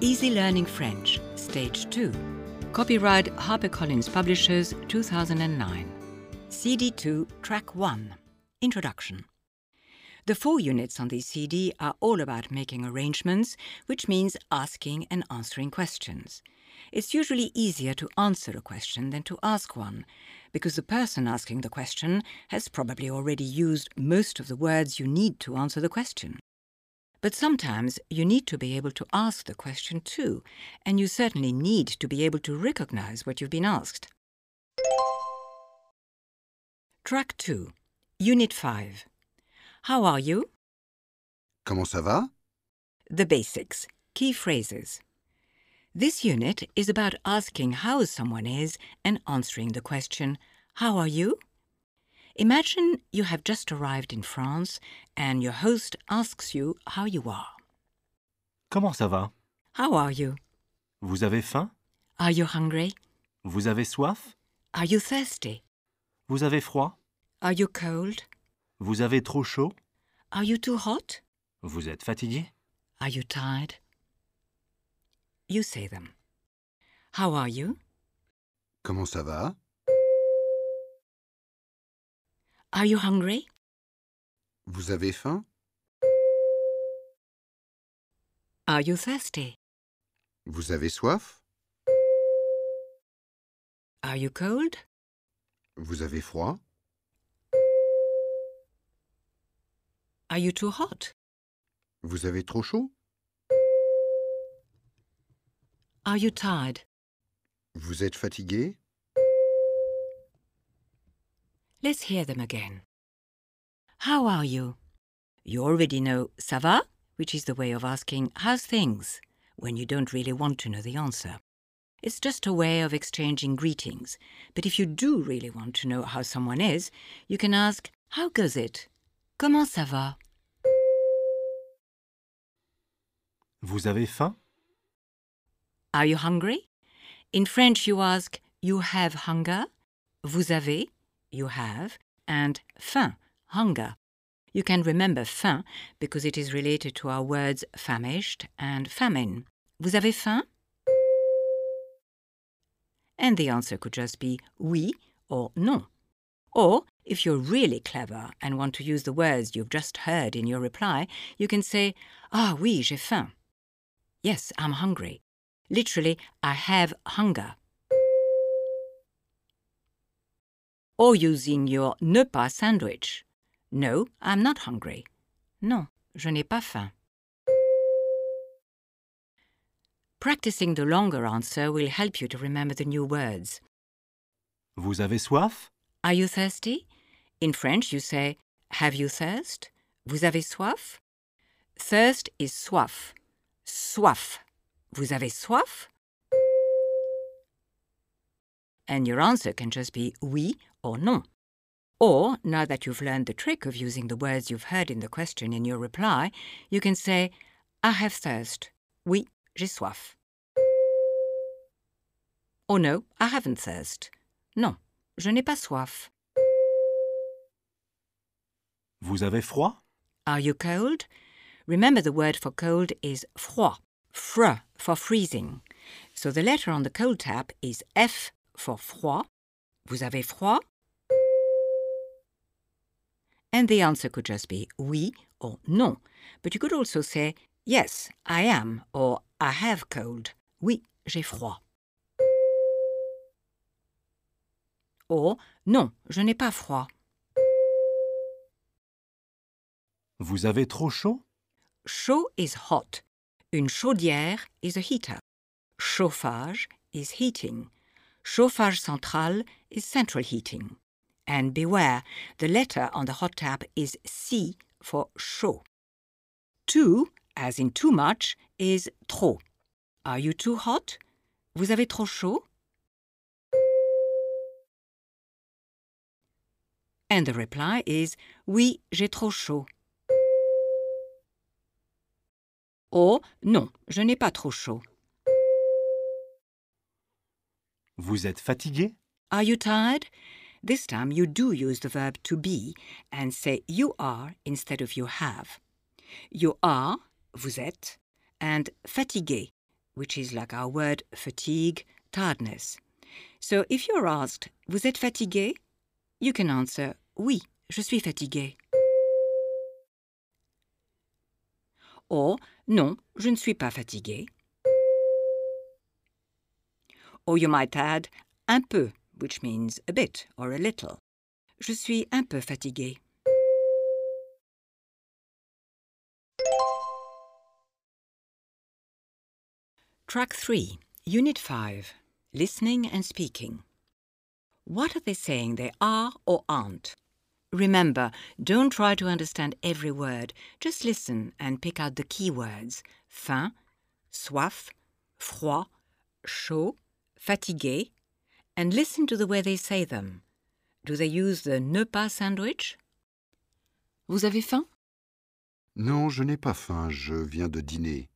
Easy Learning French, Stage 2. Copyright HarperCollins Publishers, 2009. CD2, Track 1. Introduction. The four units on this CD are all about making arrangements, which means asking and answering questions. It's usually easier to answer a question than to ask one, because the person asking the question has probably already used most of the words you need to answer the question. But sometimes you need to be able to ask the question too, and you certainly need to be able to recognize what you've been asked. Track 2, Unit 5. How are you? Comment ça va The basics, key phrases. This unit is about asking how someone is and answering the question, How are you? Imagine you have just arrived in France and your host asks you how you are. Comment ça va How are you? Vous avez faim Are you hungry? Vous avez soif Are you thirsty? Vous avez froid Are you cold? Vous avez trop chaud Are you too hot? Vous êtes fatigué Are you tired? You say them. How are you? Comment ça va Are you hungry? Vous avez faim Are you thirsty? Vous avez soif Are you cold? Vous avez froid Are you too hot? Vous avez trop chaud Are you tired? Vous êtes fatigué Let's hear them again. How are you? You already know ça va, which is the way of asking how's things when you don't really want to know the answer. It's just a way of exchanging greetings, but if you do really want to know how someone is, you can ask how goes it? Comment ça va? Vous avez faim Are you hungry? In French, you ask you have hunger, vous avez, you have, and faim, hunger. You can remember faim because it is related to our words famished and famine. Vous avez faim? And the answer could just be oui or non. Or, if you're really clever and want to use the words you've just heard in your reply, you can say, Ah oui, j'ai faim. Yes, I'm hungry. Literally, I have hunger. Or using your ne pas sandwich. No, I'm not hungry. Non, je n'ai pas faim. Practicing the longer answer will help you to remember the new words. Vous avez soif Are you thirsty? In French, you say, Have you thirst? Vous avez soif? Thirst is soif. Soif. Vous avez soif? And your answer can just be oui or non. Or, now that you've learned the trick of using the words you've heard in the question in your reply, you can say, I have thirst. Oui, j'ai soif. Or no, I haven't thirst. Non, je n'ai pas soif. Vous avez froid Are you cold? Remember the word for cold is froid, fr for freezing. So the letter on the cold tab is F for froid. Vous avez froid? And the answer could just be oui or non. But you could also say yes, I am or I have cold. Oui, j'ai froid. Or non, je n'ai pas froid. Vous avez trop chaud Chaud is hot. Une chaudière is a heater. Chauffage is heating. Chauffage central is central heating. And beware, the letter on the hot tab is C for chaud. Too, as in too much, is trop. Are you too hot? Vous avez trop chaud? And the reply is Oui, j'ai trop chaud. Or Non, je n'ai pas trop chaud. Vous êtes fatigué Are you tired? This time you do use the verb to be and say you are instead of you have. You are, vous êtes, and fatigué, which is like our word fatigue, tiredness. So if you're asked, Vous êtes fatigué? You can answer, Oui, je suis fatigué. Or, Non, je ne suis pas fatigué. Or you might add, Un peu, which means a bit or a little. Je suis un peu fatigué. Track 3, Unit 5 Listening and Speaking. What are they saying they are or aren't? Remember, don't try to understand every word. Just listen and pick out the key words faim, soif, froid, chaud, fatigué, and listen to the way they say them. Do they use the ne pas sandwich? Vous avez faim Non, je n'ai pas faim, je viens de dîner.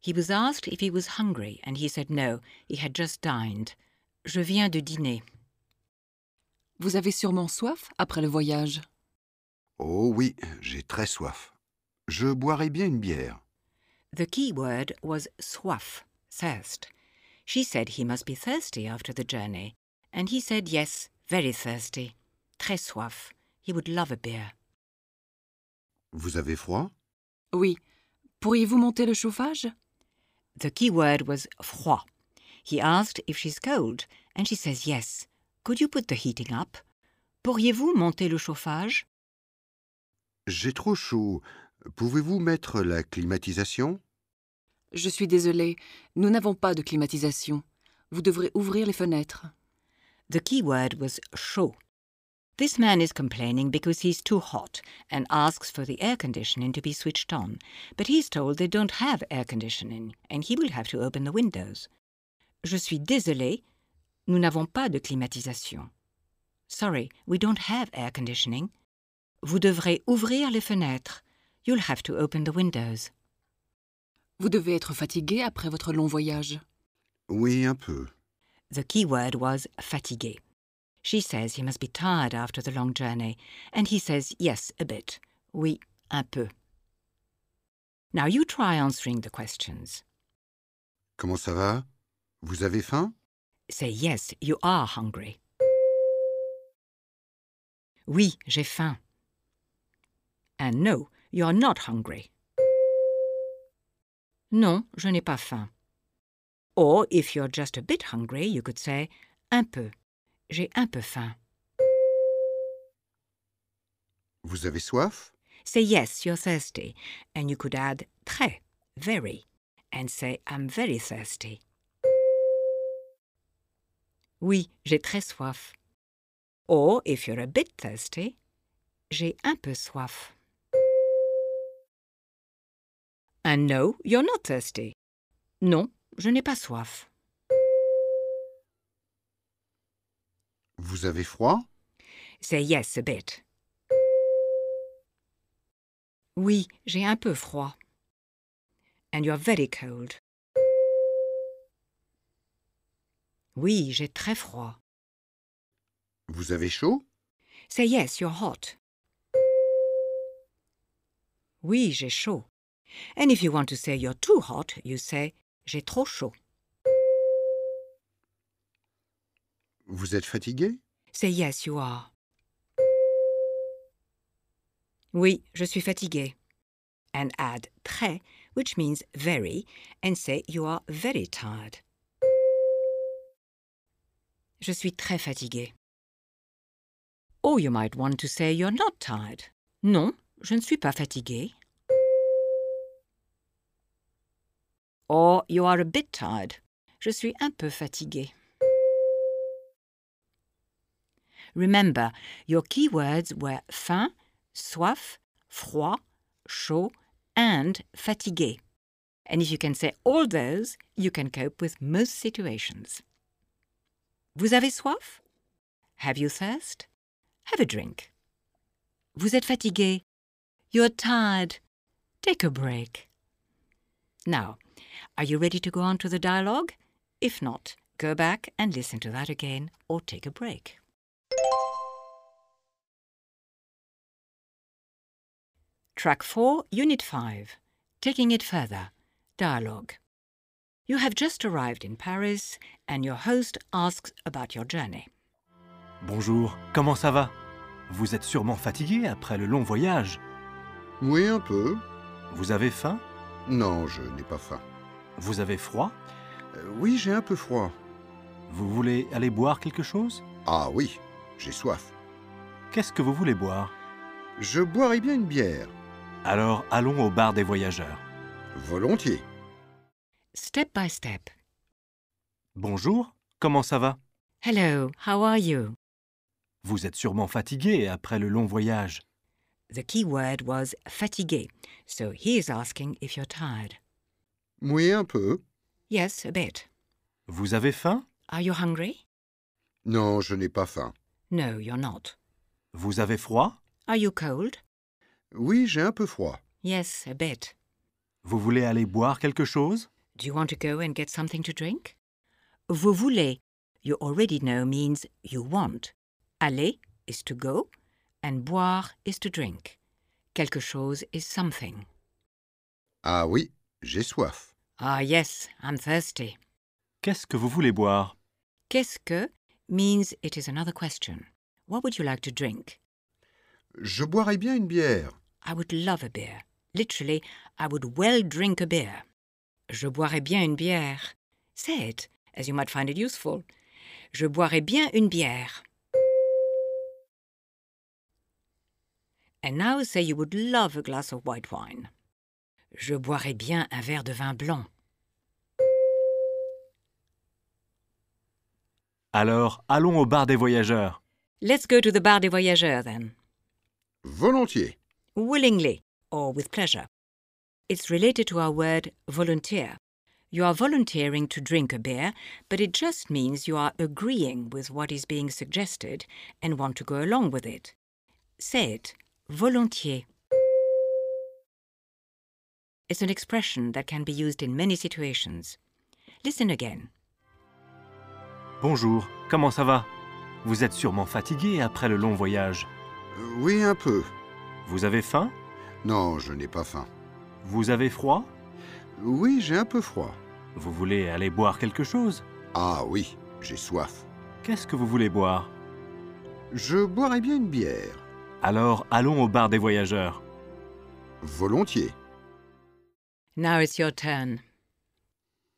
He was asked if he was hungry, and he said no, he had just dined. Je viens de dîner. Vous avez sûrement soif après le voyage. Oh oui, j'ai très soif. Je boirai bien une bière. The key word was soif, thirst. She said he must be thirsty after the journey, and he said yes, very thirsty. Très soif. He would love a beer. Vous avez froid Oui. Pourriez-vous monter le chauffage The key word was froid. He asked if she's cold, and she says yes. Could you put the heating up? Pourriez-vous monter le chauffage? J'ai trop chaud. Pouvez-vous mettre la climatisation Je suis désolée, nous n'avons pas de climatisation. Vous devrez ouvrir les fenêtres. The key word was chaud. This man is complaining because he's too hot and asks for the air conditioning to be switched on, but he's told they don't have air conditioning and he will have to open the windows. Je suis désolé, nous n'avons pas de climatisation. Sorry, we don't have air conditioning. Vous devrez ouvrir les fenêtres. You'll have to open the windows. Vous devez être fatigué après votre long voyage. Oui, un peu. The key word was fatigué. She says he must be tired after the long journey, and he says yes, a bit. Oui, un peu. Now you try answering the questions. Comment ça va Vous avez faim Say yes, you are hungry. Oui, j'ai faim. And no, you are not hungry. Non, je n'ai pas faim. Or, if you're just a bit hungry, you could say un peu. J'ai un peu faim. Vous avez soif Say yes, you're thirsty. And you could add très, very, and say I'm very thirsty. Oui, j'ai très soif. Or, if you're a bit thirsty, j'ai un peu soif. And no, you're not thirsty. Non, je n'ai pas soif. Vous avez froid Say yes a bit. Oui, j'ai un peu froid. And you're very cold. Oui, j'ai très froid. Vous avez chaud Say yes, you're hot. Oui, j'ai chaud. And if you want to say you're too hot, you say j'ai trop chaud. Vous êtes fatigué Say yes, you are. Oui, je suis fatigué. And add très, which means very, and say you are very tired. Je suis très fatigué. Or you might want to say you're not tired. Non, je ne suis pas fatigué. Or Oh, you are a bit tired. Je suis un peu fatigué. Remember, your key words were faim, soif, froid, chaud, and fatigué. And if you can say all those, you can cope with most situations. Vous avez soif? Have you thirst? Have a drink. Vous êtes fatigué? You're tired. Take a break. Now, are you ready to go on to the dialogue? If not, go back and listen to that again or take a break. Track 4, Unit 5. Taking it further. Dialogue. You have just arrived in Paris and your host asks about your journey. Bonjour, comment ça va Vous êtes sûrement fatigué après le long voyage. Oui, un peu. Vous avez faim Non, je n'ai pas faim. Vous avez froid Euh, oui, j'ai un peu froid. Vous voulez aller boire quelque chose Ah oui, j'ai soif. Qu'est-ce que vous voulez boire Je boirais bien une bière. Alors allons au bar des voyageurs. Volontiers. Step by step. Bonjour, comment ça va Hello, how are you? Vous êtes sûrement fatigué après le long voyage. The key word was fatigué, so he is asking if you're tired. Oui, un peu. Yes, a bit. Vous avez faim Are you hungry? Non, je n'ai pas faim. No, you're not. Vous avez froid Are you cold? Oui, j'ai un peu froid. Yes, a bit. Vous voulez aller boire quelque chose Do you want to go and get something to drink? Vous voulez, you already know, means you want. Aller is to go, and boire is to drink. Quelque chose is something. Ah oui, j'ai soif. Ah, yes, I'm thirsty. Qu'est-ce que vous voulez boire Qu'est-ce que means it is another question. What would you like to drink? Je boirais bien une bière. I would love a beer. Literally, I would well drink a beer. Je boirais bien une bière. Say it, as you might find it useful. Je boirais bien une bière. And now say you would love a glass of white wine. Je boirais bien un verre de vin blanc. Alors allons au bar des voyageurs. Let's go to the bar des voyageurs then. Volontiers. willingly or with pleasure. It's related to our word volunteer. You are volunteering to drink a beer, but it just means you are agreeing with what is being suggested and want to go along with it. Say it, volontiers. It's an expression that can be used in many situations. Listen again. Bonjour, comment ça va Vous êtes sûrement fatigué après le long voyage. Euh, Oui, un peu. Vous avez faim Non, je n'ai pas faim. Vous avez froid Oui, j'ai un peu froid. Vous voulez aller boire quelque chose Ah oui, j'ai soif. Qu'est-ce que vous voulez boire Je boirais bien une bière. Alors allons au bar des voyageurs. Volontiers. Now it's your turn.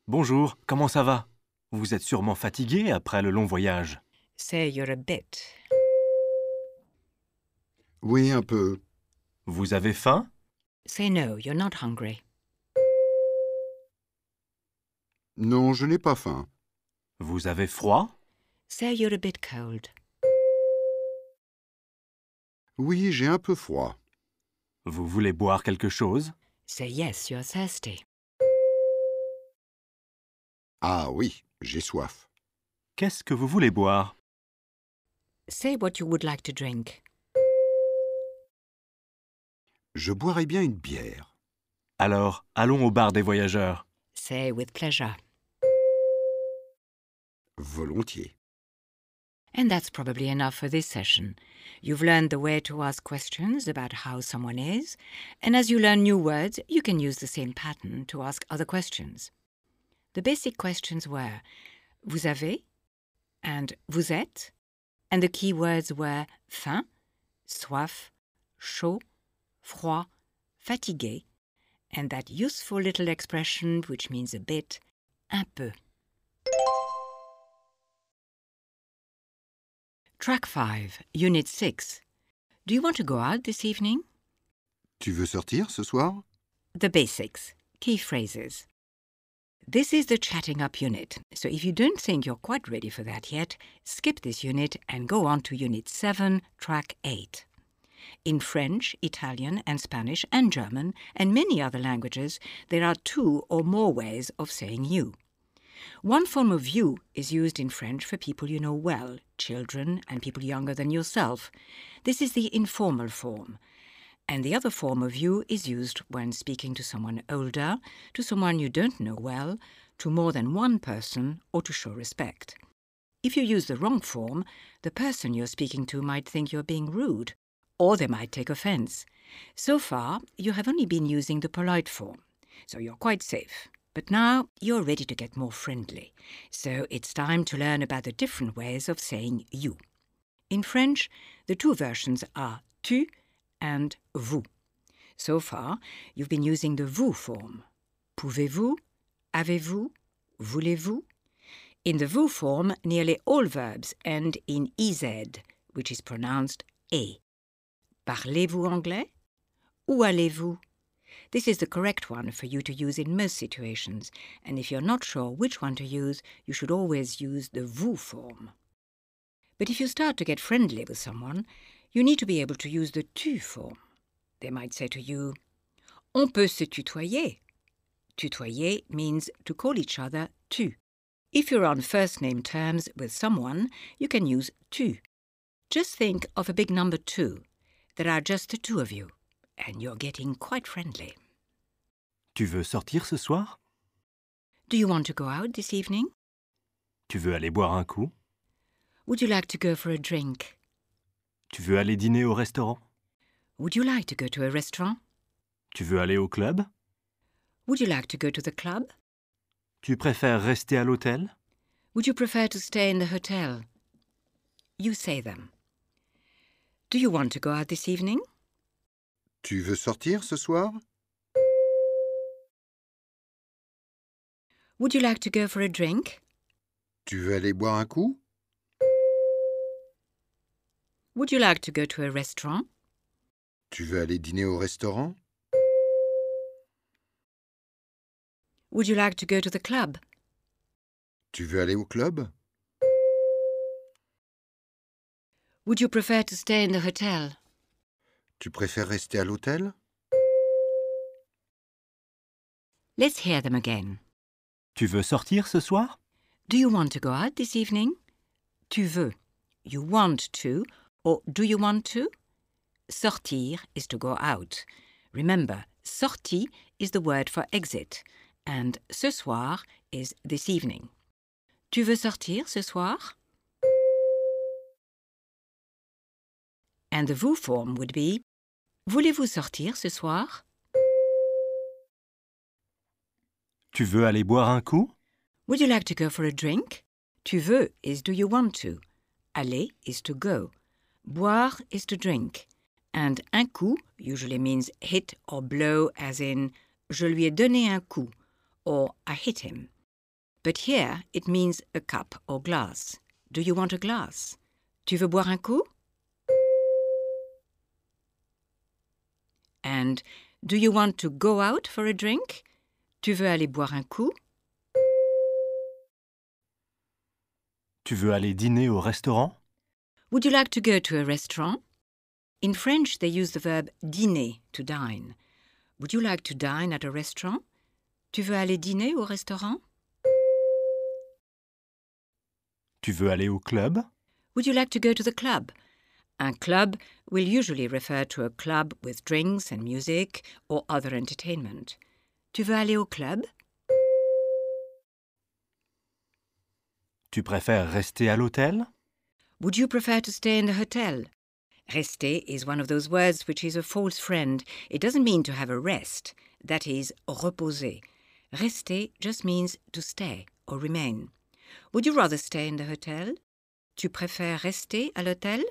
Bonjour, comment ça va Vous êtes sûrement fatigué après le long voyage. Say you're a bit. Oui, un peu. Vous avez faim Say no, you're not hungry. Non, je n'ai pas faim. Vous avez froid Say you're a bit cold. Oui, j'ai un peu froid. Vous voulez boire quelque chose Say yes, you're thirsty. Ah oui, j'ai soif. Qu'est-ce que vous voulez boire Say what you would like to drink. Je boirais bien une bière. Alors allons au bar des voyageurs. Say with pleasure. Volontiers. And that's probably enough for this session. You've learned the way to ask questions about how someone is, and as you learn new words, you can use the same pattern to ask other questions. The basic questions were Vous avez and Vous êtes, and the key words were faim, soif, chaud, froid, fatigué, and that useful little expression which means a bit, un peu. Track 5, Unit 6. Do you want to go out this evening? Tu veux sortir ce soir The basics, key phrases. This is the chatting up unit, so if you don't think you're quite ready for that yet, skip this unit and go on to Unit 7, Track 8. In French, Italian, and Spanish, and German, and many other languages, there are two or more ways of saying you. One form of you is used in French for people you know well, children and people younger than yourself. This is the informal form. And the other form of you is used when speaking to someone older, to someone you don't know well, to more than one person, or to show respect. If you use the wrong form, the person you're speaking to might think you're being rude, or they might take offense. So far, you have only been using the polite form, so you're quite safe. But now you're ready to get more friendly, so it's time to learn about the different ways of saying you. In French, the two versions are tu and vous. So far, you've been using the vous form. Pouvez-vous, avez-vous, voulez-vous? In the vous form, nearly all verbs end in ez, which is pronounced e. Parlez-vous anglais? Où allez-vous? This is the correct one for you to use in most situations, and if you're not sure which one to use, you should always use the vous form. But if you start to get friendly with someone, you need to be able to use the tu form. They might say to you, On peut se tutoyer. Tutoyer means to call each other tu. If you're on first name terms with someone, you can use tu. Just think of a big number two. There are just the two of you, and you're getting quite friendly. Tu veux sortir ce soir Do you want to go out this evening? Tu veux aller boire un coup Would you like to go for a drink? Tu veux aller dîner au restaurant Would you like to go to a restaurant? Tu veux aller au club Would you like to go to the club? Tu préfères rester à l'hôtel Would you prefer to stay in the hotel? You say them. Do you want to go out this evening? Tu veux sortir ce soir Would you like to go for a drink? Tu veux aller boire un coup Would you like to go to a restaurant? Tu veux aller dîner au restaurant Would you like to go to the club? Tu veux aller au club Would you prefer to stay in the hotel? Tu préfères rester à l'hôtel Let's hear them again. Tu veux sortir ce soir Do you want to go out this evening? Tu veux. You want to, or do you want to? Sortir is to go out. Remember, sortie is the word for exit, and ce soir is this evening. Tu veux sortir ce soir? And the vous form would be Voulez-vous sortir ce soir? Tu veux aller boire un coup Would you like to go for a drink? Tu veux is do you want to. Aller is to go. Boire is to drink. And un coup usually means hit or blow, as in je lui ai donné un coup or I hit him. But here it means a cup or glass. Do you want a glass? Tu veux boire un coup? And do you want to go out for a drink? Tu veux aller boire un coup? Tu veux aller dîner au restaurant Would you like to go to a restaurant? In French, they use the verb dîner to dine. Would you like to dine at a restaurant? Tu veux aller dîner au restaurant? Tu veux aller au club Would you like to go to the club? Un club will usually refer to a club with drinks and music or other entertainment. Tu veux aller au club? Tu préfères rester à l'hôtel Would you prefer to stay in the hotel? Rester is one of those words which is a false friend. It doesn't mean to have a rest, that is, reposer. Rester just means to stay or remain. Would you rather stay in the hotel? Tu préfères rester à l'hôtel?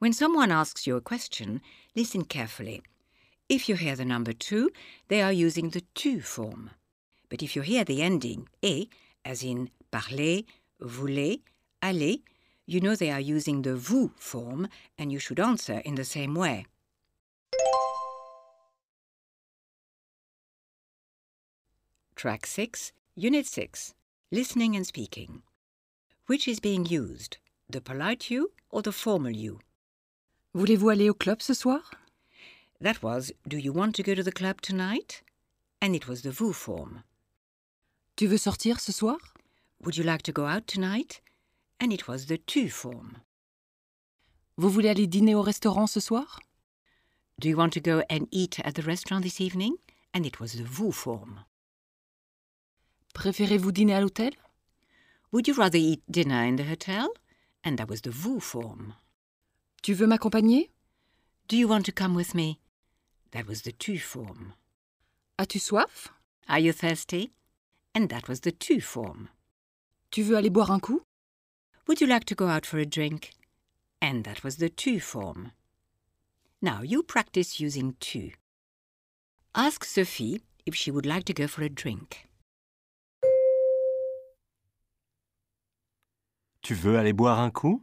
When someone asks you a question, listen carefully. If you hear the number two, they are using the tu form. But if you hear the ending e, as in parler, voulez, aller, you know they are using the vous form and you should answer in the same way. Track 6, Unit 6 Listening and Speaking. Which is being used, the polite you or the formal you? Voulez-vous aller au club ce soir That was, do you want to go to the club tonight? And it was the vous form. Tu veux sortir ce soir Would you like to go out tonight? And it was the tu form. Vous voulez aller dîner au restaurant ce soir Do you want to go and eat at the restaurant this evening? And it was the vous form. Préférez-vous dîner à l'hôtel Would you rather eat dinner in the hotel? And that was the vous form. Tu veux m'accompagner Do you want to come with me? That was the tu form. As-tu soif Are you thirsty? And that was the to form. Tu veux aller boire un coup Would you like to go out for a drink? And that was the to form. Now you practice using to. Ask Sophie if she would like to go for a drink. Tu veux aller boire un coup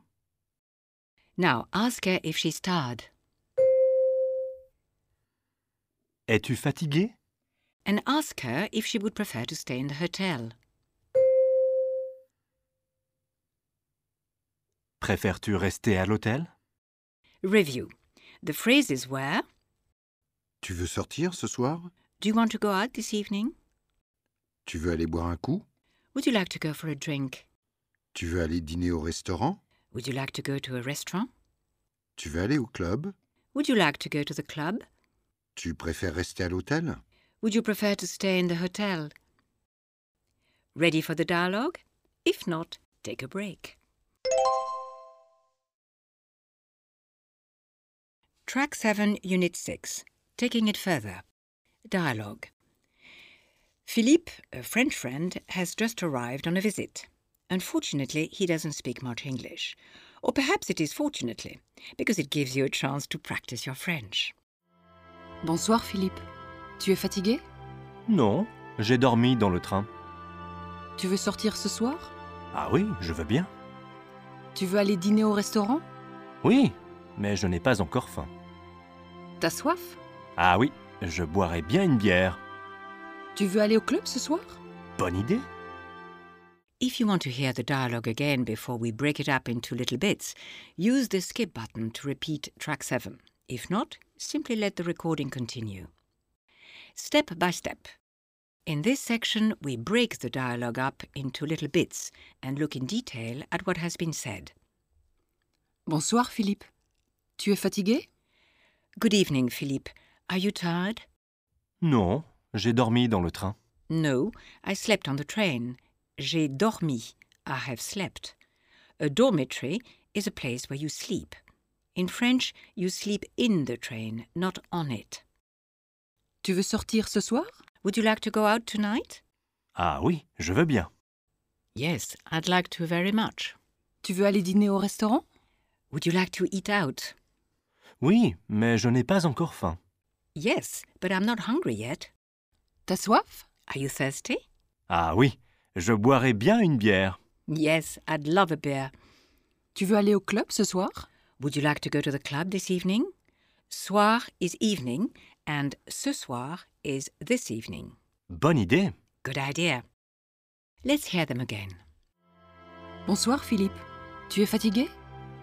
Now ask her if she's tired Es-tu fatigué and ask her if she would prefer to stay in the hotel. Préfères-tu rester à l'hôtel Review. The phrases were Tu veux sortir ce soir Do you want to go out this evening? Tu veux aller boire un coup Would you like to go for a drink? Tu veux aller dîner au restaurant Would you like to go to a restaurant? Tu veux aller au club Would you like to go to the club? Tu préfères rester à l'hôtel Would you prefer to stay in the hotel? Ready for the dialogue? If not, take a break. Track 7, Unit 6. Taking it further. Dialogue. Philippe, a French friend, has just arrived on a visit. Unfortunately, he doesn't speak much English. Or perhaps it is fortunately, because it gives you a chance to practice your French. Bonsoir Philippe. Tu es fatigué Non, j'ai dormi dans le train. Tu veux sortir ce soir Ah oui, je veux bien. Tu veux aller dîner au restaurant Oui, mais je n'ai pas encore faim. T'as soif Ah oui, je boirais bien une bière. Tu veux aller au club ce soir Bonne idée. If you want to hear the dialogue again before we break it up into little bits, use the skip button to repeat track 7. If not, simply let the recording continue. Step by step. In this section, we break the dialogue up into little bits and look in detail at what has been said. Bonsoir Philippe. Tu es fatigué Good evening, Philippe. Are you tired? Non, j'ai dormi dans le train. No, I slept on the train. J'ai dormi. I have slept. A dormitory is a place where you sleep. In French, you sleep in the train, not on it. Tu veux sortir ce soir Would you like to go out tonight? Ah oui, je veux bien. Yes, I'd like to very much. Tu veux aller dîner au restaurant Would you like to eat out? Oui, mais je n'ai pas encore faim. Yes, but I'm not hungry yet. T'as soif Are you thirsty? Ah oui, je boirais bien une bière. Yes, I'd love a beer. Tu veux aller au club ce soir Would you like to go to the club this evening? Soir is evening, and ce soir is this evening. Bonne idée. Good idea. Let's hear them again. Bonsoir Philippe. Tu es fatigué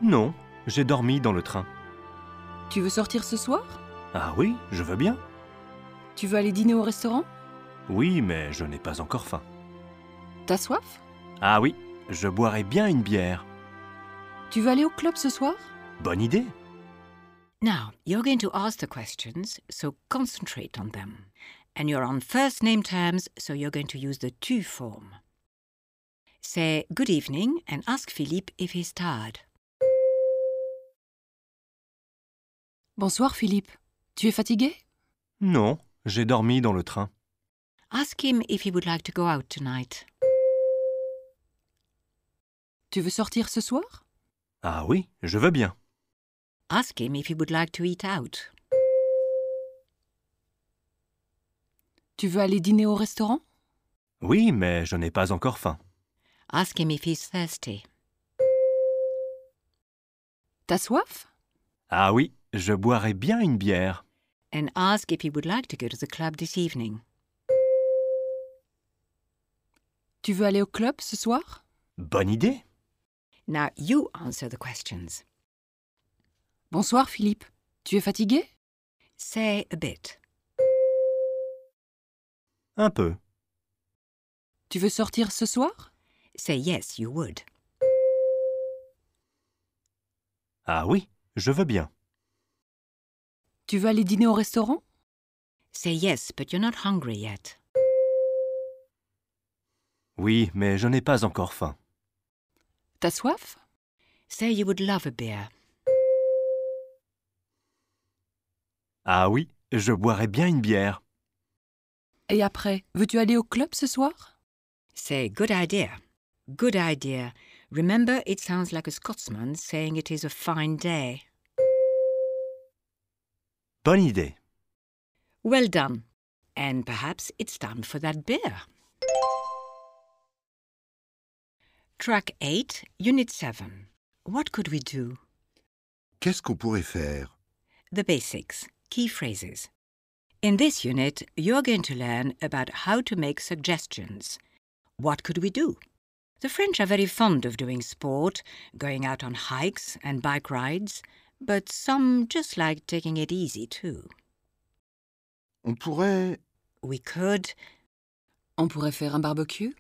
Non, j'ai dormi dans le train. Tu veux sortir ce soir Ah oui, je veux bien. Tu veux aller dîner au restaurant Oui, mais je n'ai pas encore faim. T'as soif Ah oui, je boirais bien une bière. Tu veux aller au club ce soir Bonne idée. Now, you're going to ask the questions, so concentrate on them. And you're on first name terms, so you're going to use the tu form. Say good evening and ask Philippe if he's tired. Bonsoir Philippe. Tu es fatigué Non, j'ai dormi dans le train. Ask him if he would like to go out tonight. Tu veux sortir ce soir Ah oui, je veux bien. Ask him if he would like to eat out. Tu veux aller dîner au restaurant Oui, mais je n'ai pas encore faim. Ask him if he's thirsty. T'as soif Ah oui, je boirais bien une bière. And ask if he would like to go to the club this evening. Tu veux aller au club ce soir Bonne idée. Now, you answer the questions. Bonsoir Philippe. Tu es fatigué Say a bit. Un peu. Tu veux sortir ce soir Say yes, you would. Ah oui, je veux bien. Tu veux aller dîner au restaurant Say yes, but you're not hungry yet. Oui, mais je n'ai pas encore faim. T'as soif Say you would love a beer. Ah oui, je boirais bien une bière. Et après, veux-tu aller au club ce soir Say good idea. Good idea. Remember, it sounds like a Scotsman saying it is a fine day. Bonne idée. Well done. And perhaps it's time for that beer. Track 8, Unit 7. What could we do? Qu'est-ce qu'on pourrait faire The basics, key phrases. In this unit, you're going to learn about how to make suggestions. What could we do? The French are very fond of doing sport, going out on hikes and bike rides, but some just like taking it easy too. On pourrait... We could, On pourrait faire un barbecue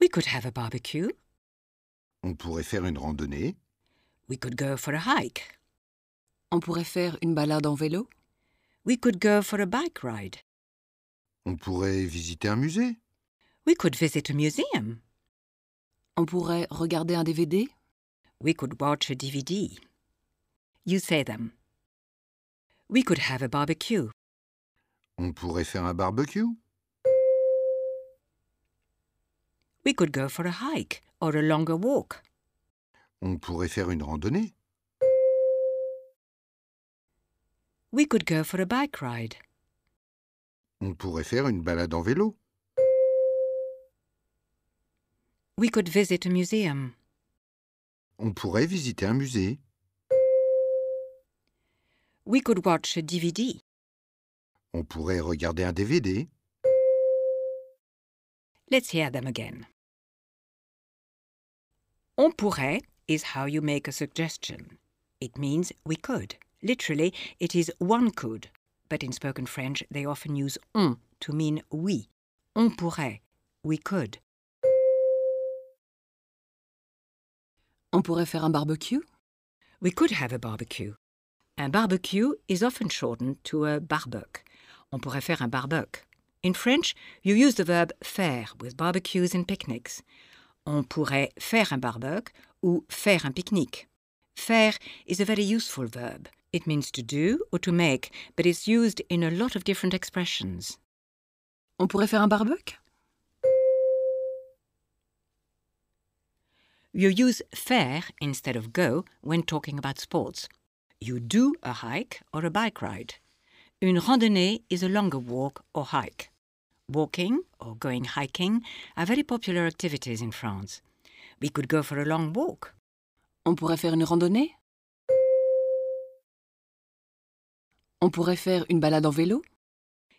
we could have a barbecue, On pourrait faire une randonnée. we could go for a hike, On pourrait faire une balade en vélo we could go for a bike ride, On pourrait visiter un musée. we could visit a museum, On pourrait regarder un DVD we could watch a DVD. You say them. We could have a barbecue. On pourrait faire un barbecue. We could go for a hike or a longer walk. On pourrait faire une randonnée. We could go for a bike ride. On pourrait faire une balade en vélo. We could visit a museum. On pourrait visiter un musée. We could watch a DVD. On pourrait regarder un DVD. Let's hear them again. On pourrait is how you make a suggestion. It means we could. Literally, it is one could, but in spoken French, they often use on to mean we. On pourrait, we could. On pourrait faire un barbecue We could have a barbecue. Un barbecue is often shortened to a barbecue. On pourrait faire un barbecue. In French, you use the verb faire with barbecues and picnics. On pourrait faire un barbecue ou faire un pique-nique. Faire is a very useful verb. It means to do or to make, but it's used in a lot of different expressions. On pourrait faire un barbecue You use faire instead of go when talking about sports. You do a hike or a bike ride. Une randonnée is a longer walk or hike. Walking or going hiking are very popular activities in France. We could go for a long walk. On pourrait faire une randonnée On pourrait faire une balade en vélo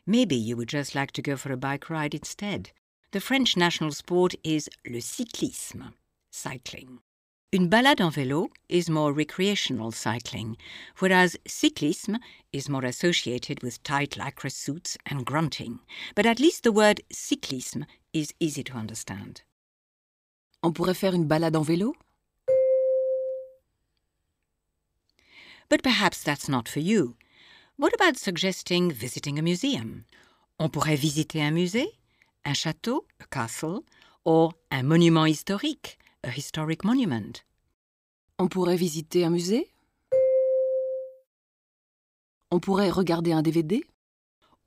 Maybe you would just like to go for a bike ride instead. The French national sport is le cyclisme, cycling. Une balade en vélo is more recreational cycling, whereas cyclisme is more associated with tight lycra suits and grunting. But at least the word cyclisme is easy to understand. On pourrait faire une balade en vélo But perhaps that's not for you. What about suggesting visiting a museum? On pourrait visiter un musée, un château, a castle, or un monument historique, a historic monument. On pourrait visiter un musée On pourrait regarder un DVD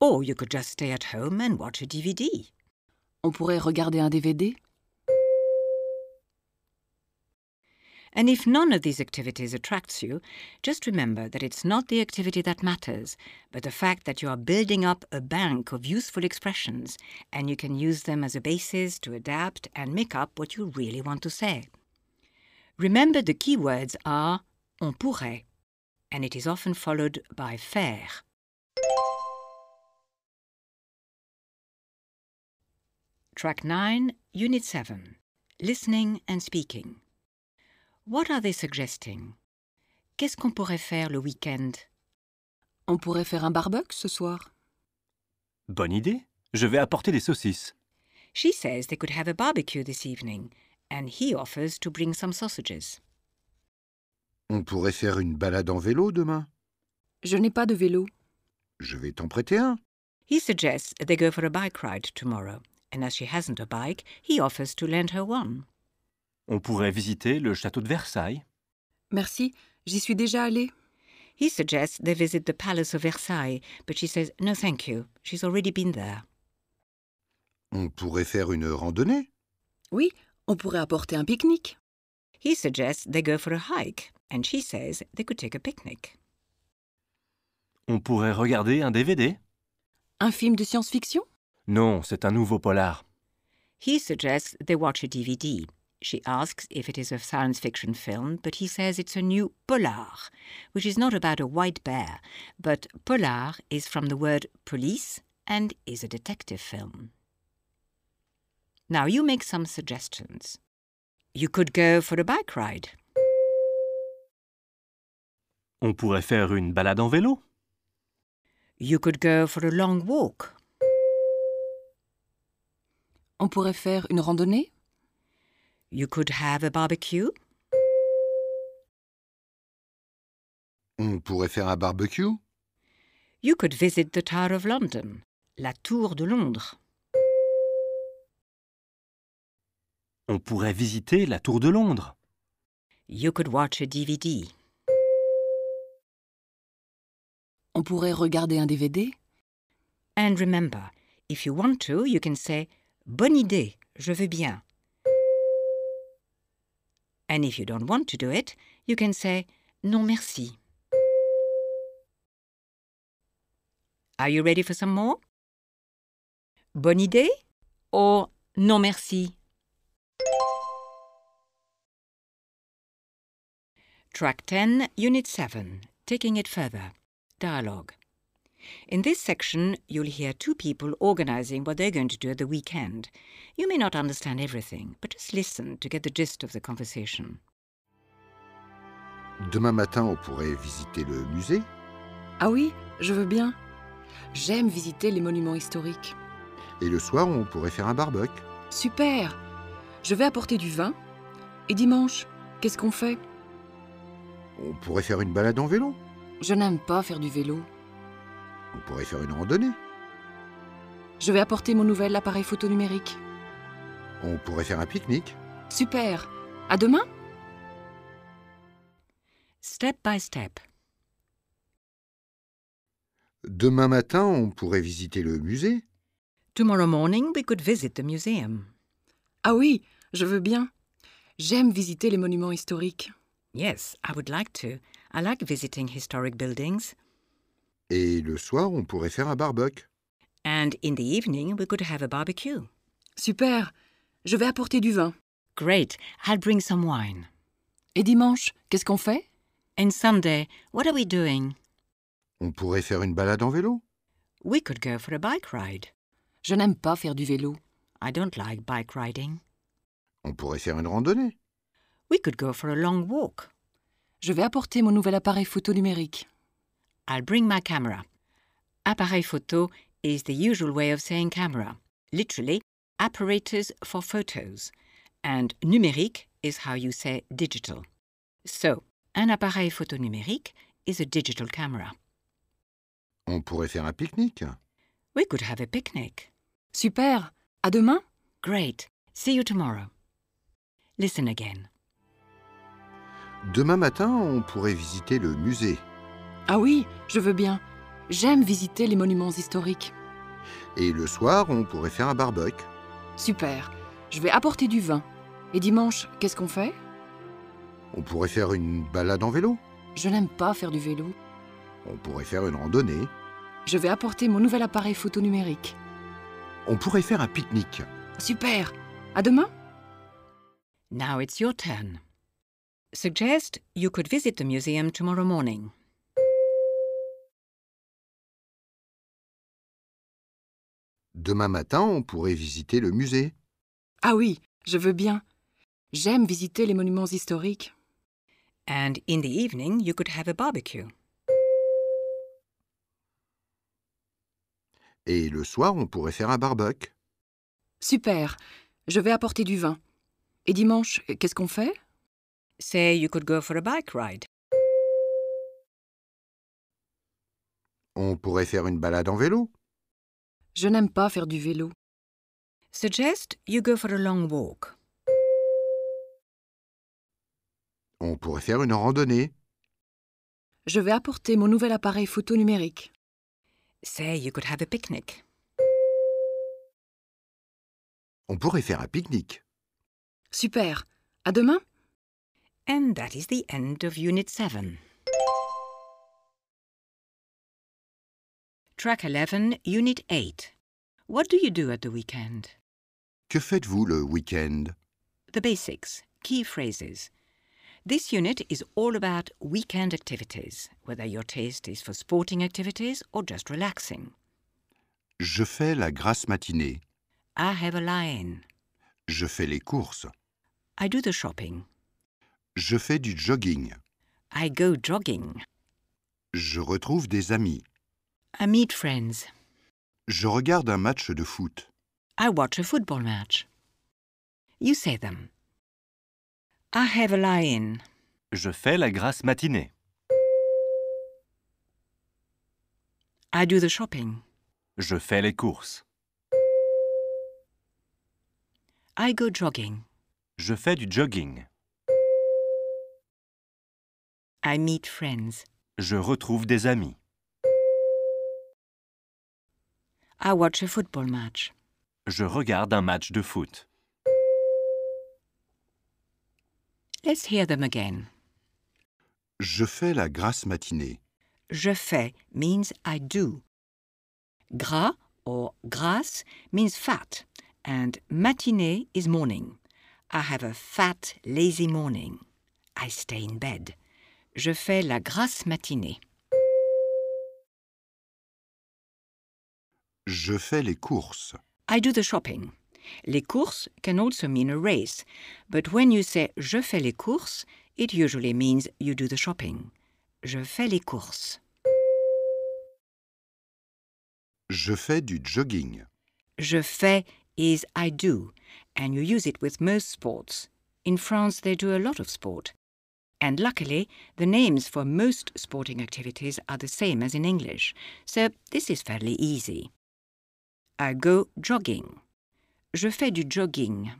Or you could just stay at home and watch a DVD. On pourrait regarder un DVD And if none of these activities attracts you, just remember that it's not the activity that matters, but the fact that you are building up a bank of useful expressions and you can use them as a basis to adapt and make up what you really want to say. Remember the key words are on pourrait, and it is often followed by faire. Track 9, Unit 7 Listening and Speaking. What are they suggesting? Qu'est-ce qu'on pourrait faire le week-end? On pourrait faire un barbecue ce soir Bonne idée. Je vais apporter des saucisses. She says they could have a barbecue this evening, and he offers to bring some sausages. On pourrait faire une balade en vélo demain. Je n'ai pas de vélo. Je vais t'en prêter un. He suggests they go for a bike ride tomorrow, and as she hasn't a bike, he offers to lend her one. On pourrait visiter le château de Versailles. Merci, j'y suis déjà allée. He suggests they visit the Palace of Versailles, but she says, no thank you, she's already been there. On pourrait faire une randonnée Oui, on pourrait apporter un pique-nique. He suggests they go for a hike, and she says they could take a picnic. On pourrait regarder un DVD Un film de science-fiction Non, c'est un nouveau polar. He suggests they watch a DVD. She asks if it is a science fiction film, but he says it's a new polar, which is not about a white bear, but polar is from the word police and is a detective film. Now you make some suggestions. You could go for a bike ride. On pourrait faire une balade en vélo You could go for a long walk. On pourrait faire une randonnée You could have a barbecue. On pourrait faire un barbecue You could visit the Tower of London, la Tour de Londres. On pourrait visiter la Tour de Londres. You could watch a DVD. On pourrait regarder un DVD And remember, if you want to, you can say Bonne idée, je veux bien. And if you don't want to do it, you can say Non merci. Are you ready for some more? Bonne idée or Non merci? Track 10, Unit 7, Taking It Further. Dialogue. In this section, you'll hear two people organizing what they're going to do at the weekend. You may not understand everything, but just listen to get the gist of the conversation. Demain matin, on pourrait visiter le musée Ah oui, je veux bien. J'aime visiter les monuments historiques. et le soir, on pourrait faire un barbecue. Super Je vais apporter du vin. Et dimanche, qu'est-ce qu'on fait On pourrait faire une balade en vélo Je n'aime pas faire du vélo. On pourrait faire une randonnée Je vais apporter mon nouvel appareil photo numérique. On pourrait faire un pique-nique Super À demain Step by step. Demain matin, on pourrait visiter le musée Tomorrow morning, we could visit the museum. Ah oui, je veux bien. J'aime visiter les monuments historiques. Yes, I would like to. I like visiting historic buildings. et le soir, on pourrait faire un barbecue. And in the evening, we could have a barbecue. Super Je vais apporter du vin. Great, I'll bring some wine. Et dimanche, qu'est-ce qu'on fait And Sunday, what are we doing? On pourrait faire une balade en vélo We could go for a bike ride. Je n'aime pas faire du vélo. I don't like bike riding. On pourrait faire une randonnée We could go for a long walk. Je vais apporter mon nouvel appareil photo numérique. I'll bring my camera. Appareil photo is the usual way of saying camera, literally, apparatus for photos. And numérique is how you say digital. So, un appareil photo numérique is a digital camera. On pourrait faire un pique-nique We could have a picnic. Super À demain Great. See you tomorrow. Listen again. Demain matin, on pourrait visiter le musée Ah oui, je veux bien. J'aime visiter les monuments historiques. et le soir, on pourrait faire un barbecue. Super Je vais apporter du vin. Et dimanche, qu'est-ce qu'on fait On pourrait faire une balade en vélo Je n'aime pas faire du vélo. On pourrait faire une randonnée Je vais apporter mon nouvel appareil photo numérique. On pourrait faire un pique-nique Super À demain Now it's your turn. Suggest you could visit the museum tomorrow morning. Demain matin, on pourrait visiter le musée Ah oui, je veux bien. J'aime visiter les monuments historiques. And in the evening, you could have a barbecue. et le soir, on pourrait faire un barbecue. Super Je vais apporter du vin. Et dimanche, qu'est-ce qu'on fait Say you could go for a bike ride. On pourrait faire une balade en vélo Je n'aime pas faire du vélo. Suggest you go for a long walk. On pourrait faire une randonnée Je vais apporter mon nouvel appareil photo numérique. Say you could have a picnic. On pourrait faire un pique-nique. Super. À demain And that is the end of Unit 7. Track 11, Unit 8. What do you do at the weekend? Que faites-vous le week-end The basics, key phrases. This unit is all about weekend activities, whether your taste is for sporting activities or just relaxing. Je fais la grasse matinée. I have a lion. Je fais les courses. I do the shopping. Je fais du jogging. I go jogging. Je retrouve des amis. I meet friends. Je regarde un match de foot. I watch a football match. You say them. I have a lion. Je fais la grasse matinée. I do the shopping. Je fais les courses. I go jogging. Je fais du jogging. I meet friends. Je retrouve des amis. I watch a football match. Je regarde un match de foot. Let's hear them again. Je fais la grasse matinée. Je fais means I do. Gras or grasse means fat, and matinée is morning. I have a fat, lazy morning. I stay in bed. Je fais la grasse matinée. Je fais les courses. I do the shopping. Les courses can also mean a race, but when you say je fais les courses, it usually means you do the shopping. Je fais les courses. Je fais du jogging. Je fais is I do, and you use it with most sports. In France, they do a lot of sport. And luckily, the names for most sporting activities are the same as in English, so this is fairly easy. I go jogging. Je fais du jogging.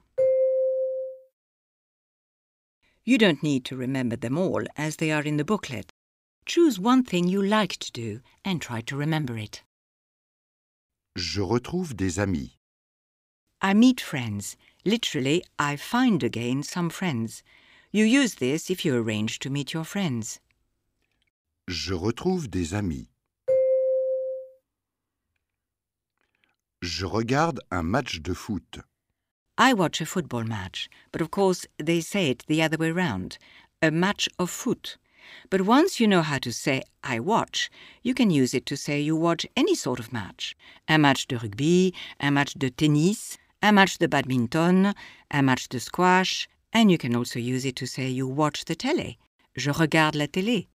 You don't need to remember them all, as they are in the booklet. Choose one thing you like to do and try to remember it. Je retrouve des amis. I meet friends. Literally, I find again some friends. You use this if you arrange to meet your friends. Je retrouve des amis. Je regarde un match de foot. I watch a football match, but of course they say it the other way round a match of foot. But once you know how to say I watch, you can use it to say you watch any sort of match a match de rugby, a match de tennis, a match de badminton, a match de squash, and you can also use it to say you watch the télé, je regarde la télé,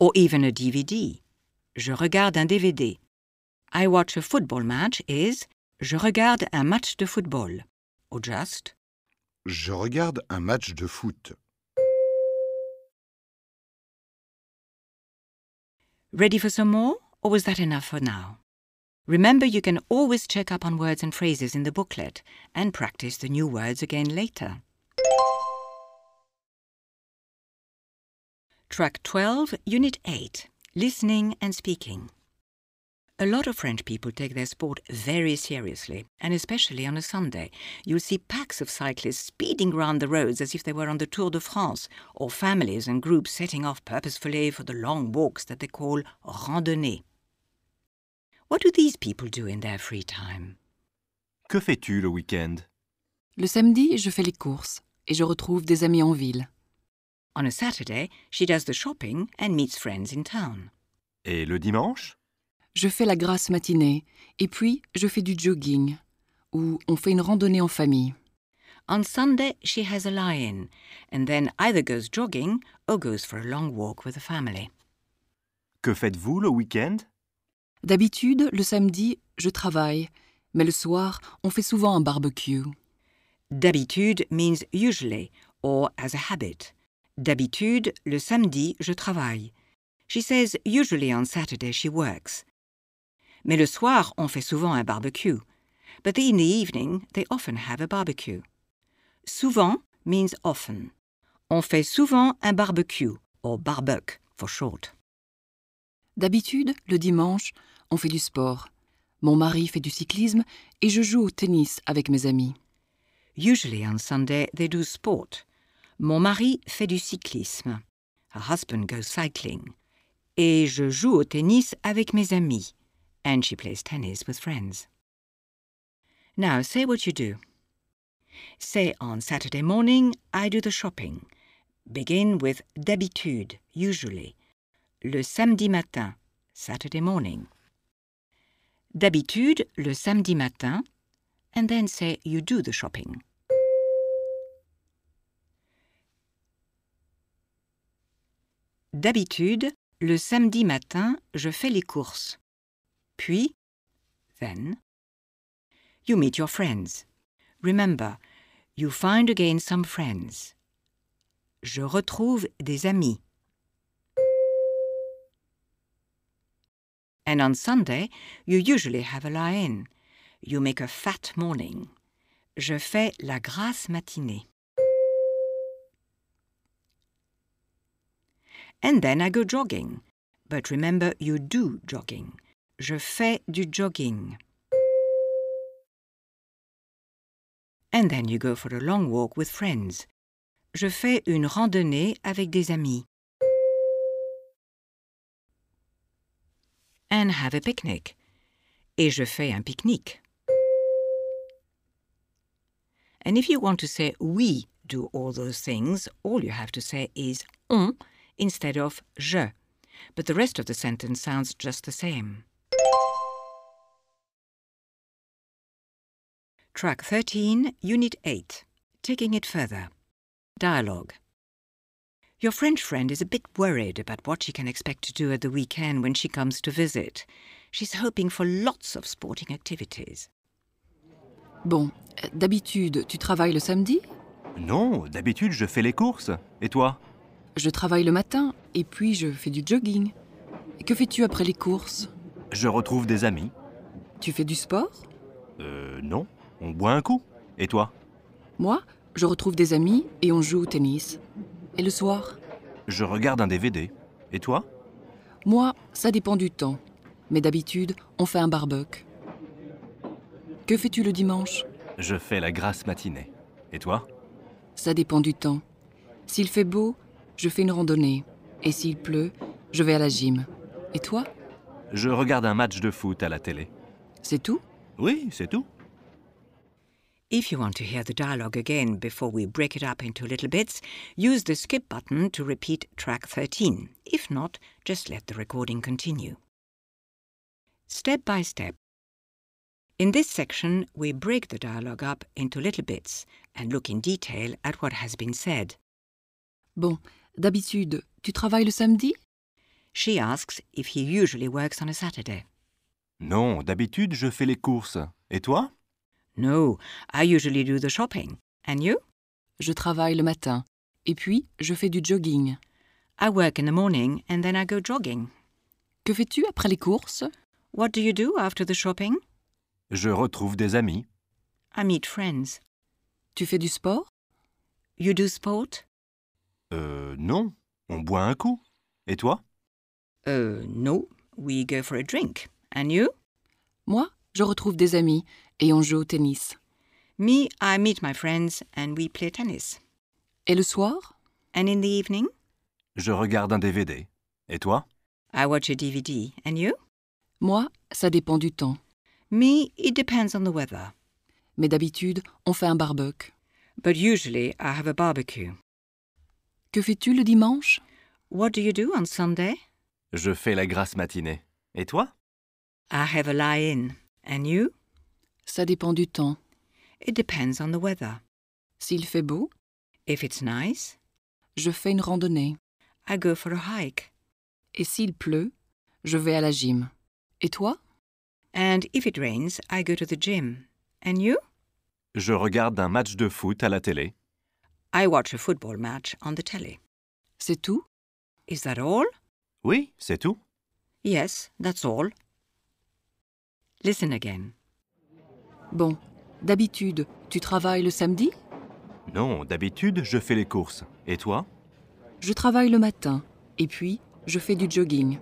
or even a DVD, je regarde un DVD. I watch a football match is je regarde un match de football, or just Je regarde un match de foot. Ready for some more, or was that enough for now? Remember, you can always check up on words and phrases in the booklet and practice the new words again later. Track 12, Unit 8 Listening and Speaking. A lot of French people take their sport very seriously, and especially on a Sunday. You'll see packs of cyclists speeding round the roads as if they were on the Tour de France, or families and groups setting off purposefully for the long walks that they call randonnées. What do these people do in their free time? Que fais-tu le week-end Le samedi, je fais les courses et je retrouve des amis en ville. On a Saturday, she does the shopping and meets friends in town. Et le dimanche Je fais la grasse matinée et puis je fais du jogging ou on fait une randonnée en famille. On Sunday, she has a lie in, and then either goes jogging or goes for a long walk with the family. Que faites-vous le week-end D'habitude, le samedi, je travaille, mais le soir, on fait souvent un barbecue. D'habitude means usually or as a habit. D'habitude, le samedi, je travaille. She says usually on Saturday she works. Mais le soir, on fait souvent un barbecue. But in the evening, they often have a barbecue. Souvent means often. On fait souvent un barbecue, or barbecue for short. D'habitude, le dimanche, on fait du sport. Mon mari fait du cyclisme et je joue au tennis avec mes amis. Usually on Sunday, they do sport. Mon mari fait du cyclisme. Her husband goes cycling. Et je joue au tennis avec mes amis. And she plays tennis with friends. Now say what you do. Say on Saturday morning, I do the shopping. Begin with d'habitude, usually. Le samedi matin, Saturday morning. D'habitude, le samedi matin, and then say you do the shopping. D'habitude, le samedi matin, je fais les courses. Puis, then, you meet your friends. Remember, you find again some friends. Je retrouve des amis. And on Sunday, you usually have a lie-in. You make a fat morning. Je fais la grasse matinée. And then I go jogging. But remember, you do jogging. Je fais du jogging. And then you go for a long walk with friends. Je fais une randonnée avec des amis. And have a picnic. Et je fais un pique-nique. And if you want to say we do all those things, all you have to say is on instead of je. But the rest of the sentence sounds just the same. Track 13, Unit 8. Taking it further. Dialogue. Your French friend is a bit worried about what she can expect to do at the weekend when she comes to visit. She's hoping for lots of sporting activities. Bon, euh, d'habitude, tu travailles le samedi Non, d'habitude, je fais les courses. Et toi Je travaille le matin et puis je fais du jogging. Et que fais-tu après les courses Je retrouve des amis. Tu fais du sport Euh, non, on boit un coup. Et toi Moi, je retrouve des amis et on joue au tennis. Et le soir Je regarde un DVD. Et toi Moi, ça dépend du temps. Mais d'habitude, on fait un barbecue. Que fais-tu le dimanche Je fais la grasse matinée. Et toi Ça dépend du temps. S'il fait beau, je fais une randonnée. Et s'il pleut, je vais à la gym. Et toi Je regarde un match de foot à la télé. C'est tout Oui, c'est tout. If you want to hear the dialogue again before we break it up into little bits, use the skip button to repeat track 13. If not, just let the recording continue. Step by step. In this section, we break the dialogue up into little bits and look in detail at what has been said. Bon, d'habitude, tu travailles le samedi She asks if he usually works on a Saturday. Non, d'habitude, je fais les courses. Et toi No, I usually do the shopping. And you? Je travaille le matin. Et puis, je fais du jogging. I work in the morning and then I go jogging. Que fais-tu après les courses What do you do after the shopping? Je retrouve des amis. I meet friends. Tu fais du sport You do sport? Euh, non, on boit un coup. Et toi Uh, no, we go for a drink. And you? Moi, je retrouve des amis et on joue au tennis. Me, I meet my friends and we play tennis. Et le soir And in the evening, Je regarde un DVD. Et toi I watch a DVD. And you? Moi, ça dépend du temps. Me, it depends on the weather. Mais d'habitude, on fait un barbecue. But usually I have a barbecue. Que fais-tu le dimanche What do you do on Sunday? Je fais la grasse matinée. Et toi I have a lie in. And you? Ça dépend du temps. It depends on the weather. S'il fait beau, If it's nice, je fais une randonnée. I go for a hike. Et s'il pleut, je vais à la gym. Et toi And if it rains, I go to the gym. And you? Je regarde un match de foot à la télé. I watch a football match on the telly. C'est tout Is that all? Oui, c'est tout. Yes, that's all. Listen again. Bon, d'habitude, tu travailles le samedi Non, d'habitude, je fais les courses. Et toi Je travaille le matin. Et puis, je fais du jogging.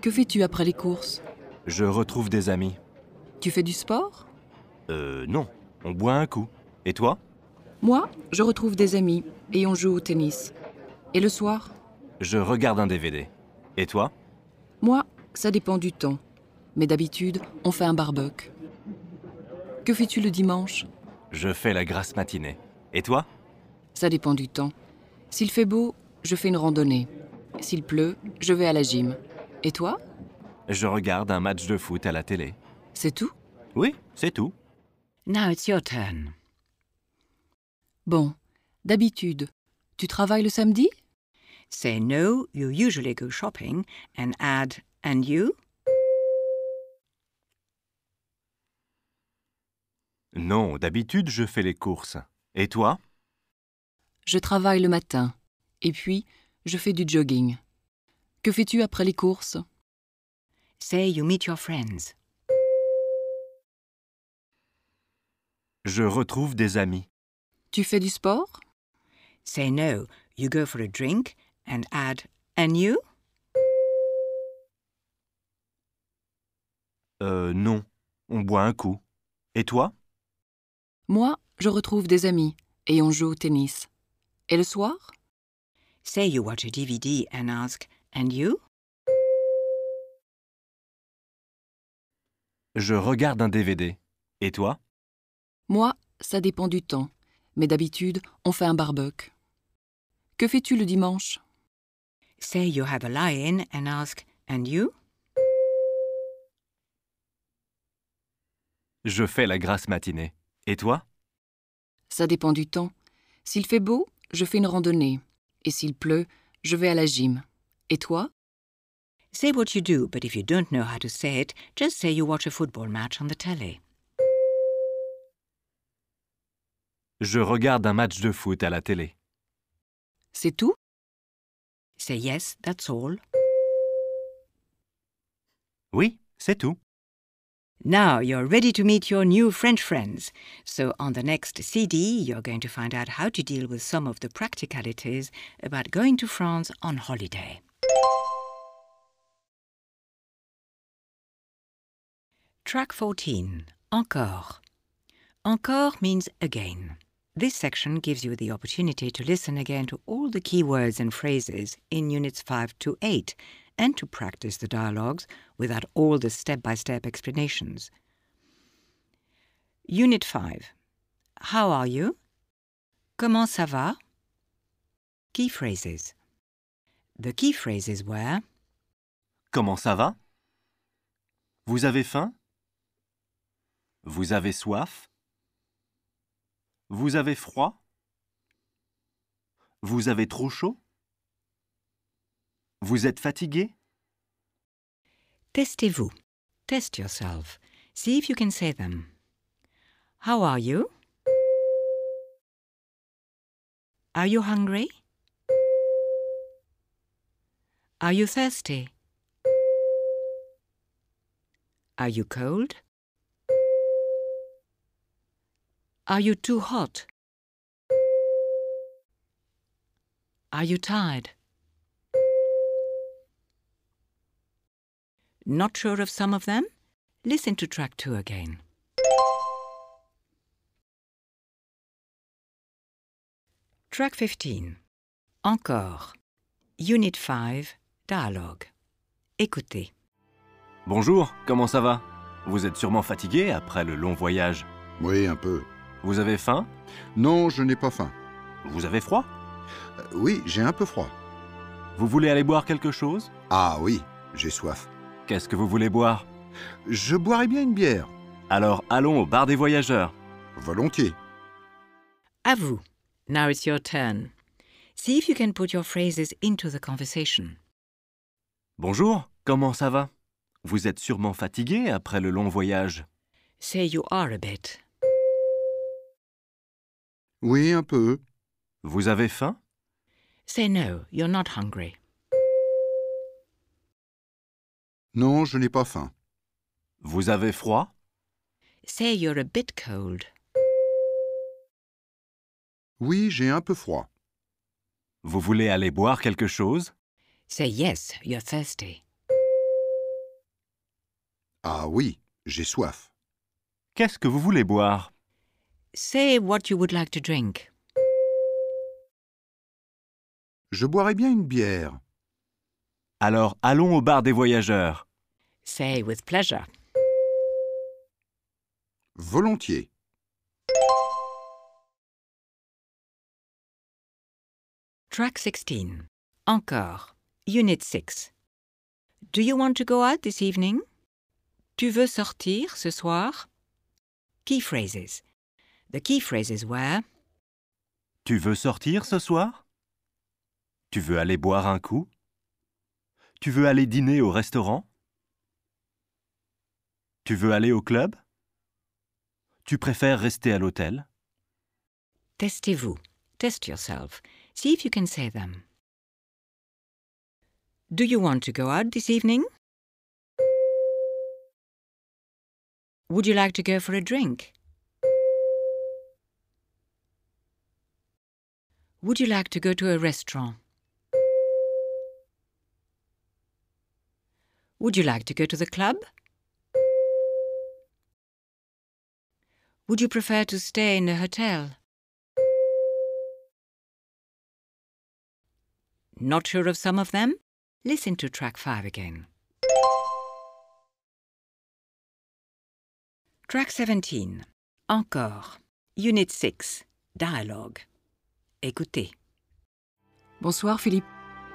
Que fais-tu après les courses Je retrouve des amis. Tu fais du sport Euh, non, on boit un coup. Et toi Moi, je retrouve des amis et on joue au tennis. Et le soir Je regarde un DVD. Et toi Moi, ça dépend du temps. Mais d'habitude, on fait un barbecue. Que fais-tu le dimanche Je fais la grasse matinée. Et toi Ça dépend du temps. S'il fait beau, je fais une randonnée. S'il pleut, je vais à la gym. Et toi Je regarde un match de foot à la télé. C'est tout Oui, c'est tout. Now it's your turn. Bon. D'habitude, tu travailles le samedi Say no, you usually go shopping, and add, and you? Non, d'habitude, je fais les courses. Et toi Je travaille le matin. Et puis, je fais du jogging. Que fais-tu après les courses Say you meet your friends. Je retrouve des amis. Tu fais du sport Say no, you go for a drink, and add, and you? Euh, non. On boit un coup. Et toi Moi, je retrouve des amis et on joue au tennis. Et le soir Say you watch a DVD and ask, and you? Je regarde un DVD. Et toi Moi, ça dépend du temps. Mais d'habitude, on fait un barbecue. Que fais-tu le dimanche Say you have a lie in and ask, and you? Je fais la grasse matinée. Et toi Ça dépend du temps. S'il fait beau, je fais une randonnée. Et s'il pleut, je vais à la gym. Et toi Say what you do, but if you don't know how to say it, just say you watch a football match on the telly. Je regarde un match de foot à la télé. C'est tout Say yes, that's all. Oui, c'est tout. Now you're ready to meet your new French friends. So, on the next CD, you're going to find out how to deal with some of the practicalities about going to France on holiday. Track 14 Encore. Encore means again. This section gives you the opportunity to listen again to all the key words and phrases in Units 5 to 8 and to practice the dialogues without all the step by step explanations. Unit 5 How are you? Comment ça va? Key phrases. The key phrases were Comment ça va Vous avez faim Vous avez soif Vous avez froid Vous avez trop chaud Vous êtes fatigué Testez-vous. Test yourself. See if you can say them. How are you? Are you hungry? Are you thirsty? Are you cold? Are you too hot? Are you tired? Not sure of some of them? Listen to track 2 again. Track 15. Encore. Unit 5. Dialogue. Écoutez. Bonjour, comment ça va Vous êtes sûrement fatigué après le long voyage. Oui, un peu. Vous avez faim Non, je n'ai pas faim. Vous avez froid Euh, oui, j'ai un peu froid. Vous voulez aller boire quelque chose Ah oui, j'ai soif. Qu'est-ce que vous voulez boire Je boirais bien une bière. Alors allons au bar des voyageurs. Volontiers. À vous. Now it's your turn. See if you can put your phrases into the conversation. Bonjour, comment ça va Vous êtes sûrement fatigué après le long voyage. Say you are a bit. Oui, un peu. Vous avez faim Say no, you're not hungry. Non, je n'ai pas faim. Vous avez froid Say you're a bit cold. Oui, j'ai un peu froid. Vous voulez aller boire quelque chose Say yes, you're thirsty. Ah oui, j'ai soif. Qu'est-ce que vous voulez boire Say what you would like to drink. Je boirais bien une bière. Alors allons au bar des voyageurs. Say with pleasure. Volontiers. Track 16. Encore. Unit 6. Do you want to go out this evening? Tu veux sortir ce soir? Key phrases. The key phrases were Tu veux sortir ce soir Tu veux aller boire un coup Tu veux aller dîner au restaurant Tu veux aller au club Tu préfères rester à l'hôtel Testez-vous. Test yourself. See if you can say them. Do you want to go out this evening? Would you like to go for a drink? Would you like to go to a restaurant? Would you like to go to the club? Would you prefer to stay in a hotel? Not sure of some of them? Listen to track 5 again. Track 17. Encore. Unit 6. Dialogue. Écoutez. Bonsoir Philippe.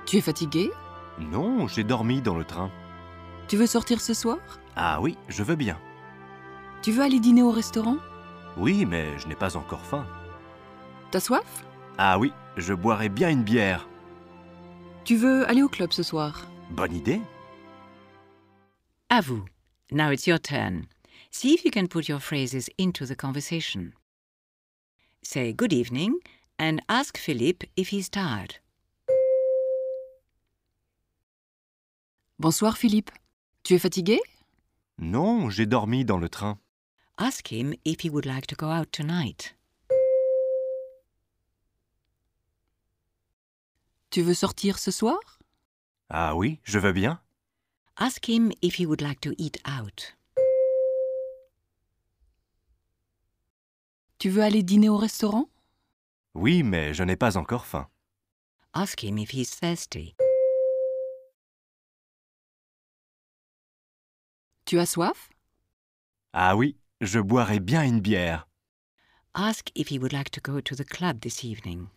Tu es fatigué Non, j'ai dormi dans le train. Tu veux sortir ce soir Ah oui, je veux bien. Tu veux aller dîner au restaurant Oui, mais je n'ai pas encore faim. T'as soif Ah oui, je boirais bien une bière. Tu veux aller au club ce soir Bonne idée. À vous. Now it's your turn. See if you can put your phrases into the conversation. Say good evening and ask Philippe if he's tired. Bonsoir Philippe. Tu es fatigué Non, j'ai dormi dans le train. Ask him if he would like to go out tonight. Tu veux sortir ce soir Ah oui, je veux bien. Ask him if he would like to eat out. Tu veux aller dîner au restaurant Oui, mais je n'ai pas encore faim. Ask him if he's thirsty. Tu as soif Ah oui, je boirais bien une bière. Ask if he would like to go to the club this evening.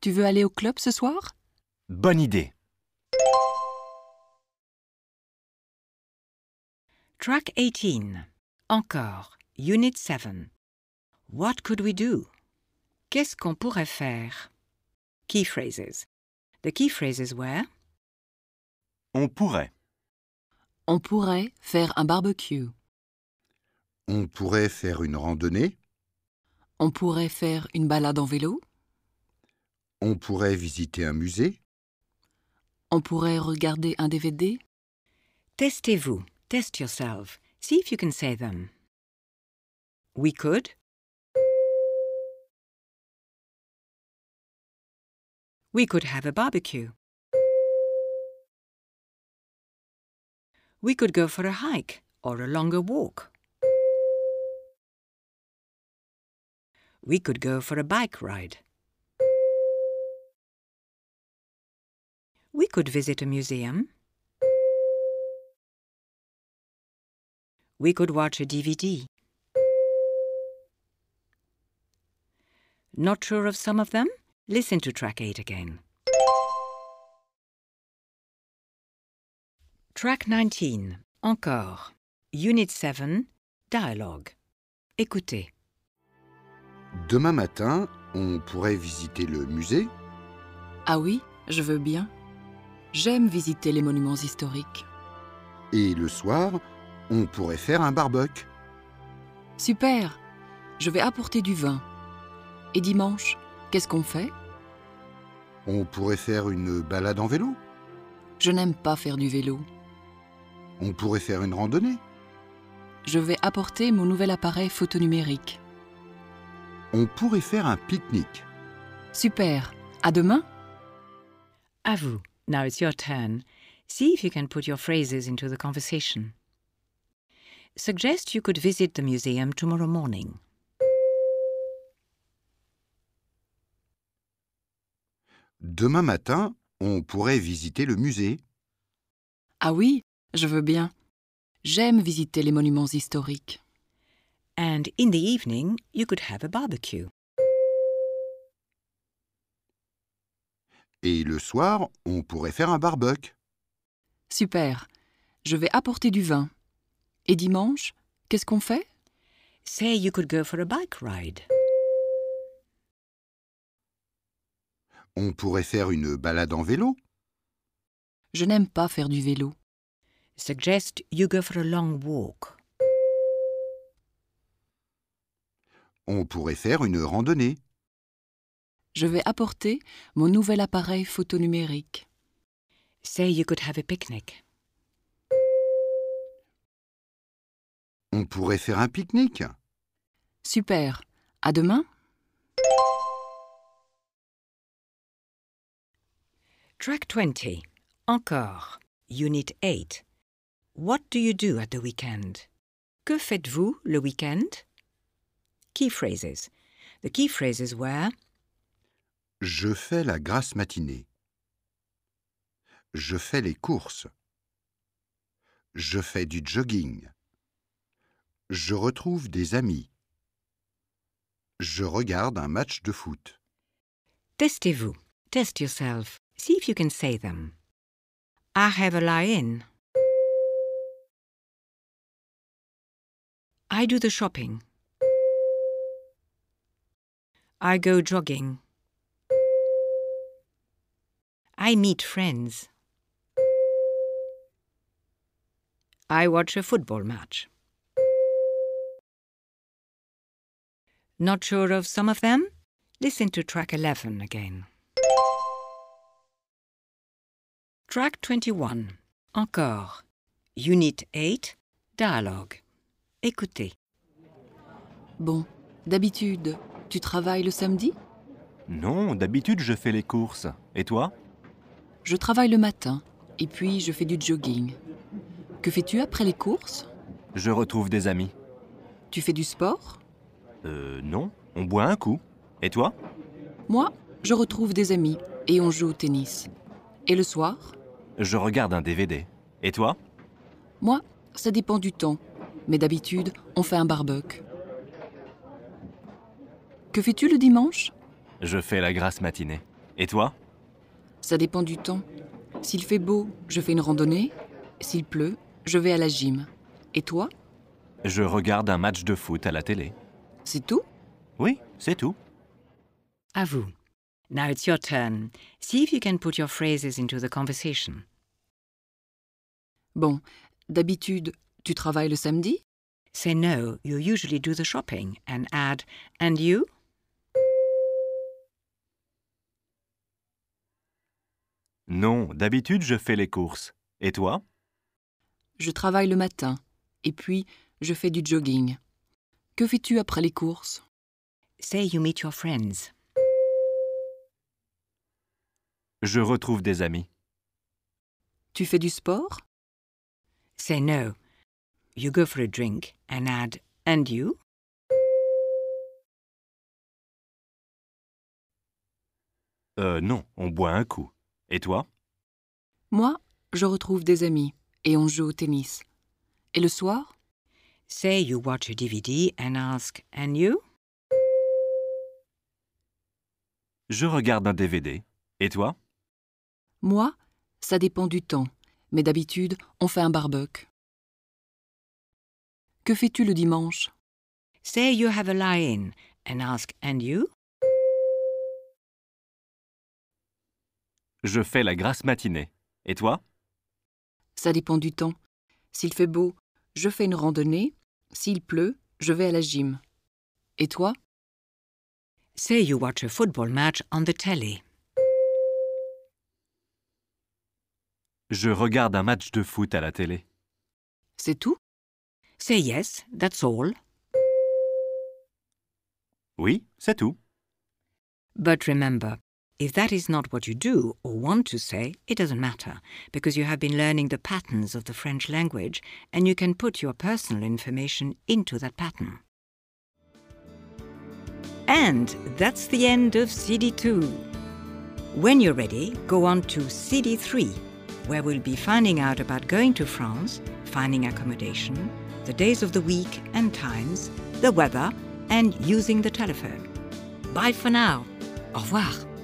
Tu veux aller au club ce soir Bonne idée. Track 18. Encore. Unit 7. What could we do? Qu'est-ce qu'on pourrait faire? Key phrases. The key phrases were On pourrait. On pourrait faire un barbecue. On pourrait faire une randonnée. On pourrait faire une balade en vélo. On pourrait visiter un musée. On pourrait regarder un DVD. Testez-vous. Test yourself. See if you can say them. We could. We could have a barbecue. We could go for a hike or a longer walk. We could go for a bike ride. We could visit a museum. We could watch a DVD. Not sure of some of them? Listen to track 8 again. Track 19. Encore. Unit 7. Dialogue. Écoutez. Demain matin, on pourrait visiter le musée. Ah oui, je veux bien. J'aime visiter les monuments historiques. Et le soir, on pourrait faire un barbecue. Super Je vais apporter du vin. Et dimanche, qu'est-ce qu'on fait On pourrait faire une balade en vélo. Je n'aime pas faire du vélo. On pourrait faire une randonnée. Je vais apporter mon nouvel appareil photo numérique. On pourrait faire un pique-nique. Super À demain À vous. Now it's your turn. See if you can put your phrases into the conversation. Suggest you could visit the museum tomorrow morning. Demain matin, on pourrait visiter le musée. Ah oui, je veux bien. J'aime visiter les monuments historiques. And in the evening, you could have a barbecue. Et le soir, on pourrait faire un barbecue. Super. Je vais apporter du vin. Et dimanche, qu'est-ce qu'on fait Say you could go for a bike ride. On pourrait faire une balade en vélo. Je n'aime pas faire du vélo. Suggest you go for a long walk. On pourrait faire une randonnée. Je vais apporter mon nouvel appareil photo numérique. Say you could have a picnic. On pourrait faire un pique-nique. Super. À demain Track 20. Encore. Unit 8. What do you do at the weekend? Que faites-vous le week-end? Key phrases. The key phrases were Je fais la grasse matinée. Je fais les courses. Je fais du jogging. Je retrouve des amis. Je regarde un match de foot. Testez-vous. Test yourself. See if you can say them. I have a lie in. I do the shopping. I go jogging. I meet friends. I watch a football match. Not sure of some of them? Listen to track 11 again. Track 21. Encore. Unit 8. Dialogue. Écoutez. Bon, d'habitude, tu travailles le samedi Non, d'habitude je fais les courses. Et toi Je travaille le matin et puis je fais du jogging. Que fais-tu après les courses Je retrouve des amis. Tu fais du sport Euh non, on boit un coup. Et toi Moi, je retrouve des amis et on joue au tennis. Et le soir Je regarde un DVD. Et toi Moi, ça dépend du temps. Mais d'habitude, on fait un barbecue. Que fais-tu le dimanche Je fais la grasse matinée. Et toi Ça dépend du temps. S'il fait beau, je fais une randonnée. S'il pleut, je vais à la gym. Et toi Je regarde un match de foot à la télé. C'est tout Oui, c'est tout. À vous. Now it's your turn. See if you can put your phrases into the conversation. Bon, d'habitude, tu travailles le samedi Say no, you usually do the shopping, and add, and you? Non, d'habitude je fais les courses. Et toi Je travaille le matin. Et puis, je fais du jogging. Que fais-tu après les courses Say you meet your friends. Je retrouve des amis. Tu fais du sport Say no, you go for a drink, and add, and you? Euh non, on boit un coup. Et toi Moi, je retrouve des amis et on joue au tennis. Et le soir Say you watch a DVD and ask, and you? Je regarde un DVD. Et toi Moi, ça dépend du temps. Mais d'habitude, on fait un barbecue. Que fais-tu le dimanche Say you have a lie in, and ask, and you? Je fais la grasse matinée. Et toi Ça dépend du temps. S'il fait beau, je fais une randonnée. S'il pleut, je vais à la gym. Et toi Say you watch a football match on the telly. Je regarde un match de foot à la télé. C'est tout Say yes, that's all. Oui, c'est tout. But remember, if that is not what you do or want to say, it doesn't matter, because you have been learning the patterns of the French language and you can put your personal information into that pattern. And that's the end of CD2. When you're ready, go on to CD3, where we'll be finding out about going to France, finding accommodation, the days of the week and times, the weather, and using the telephone. Bye for now. Au revoir.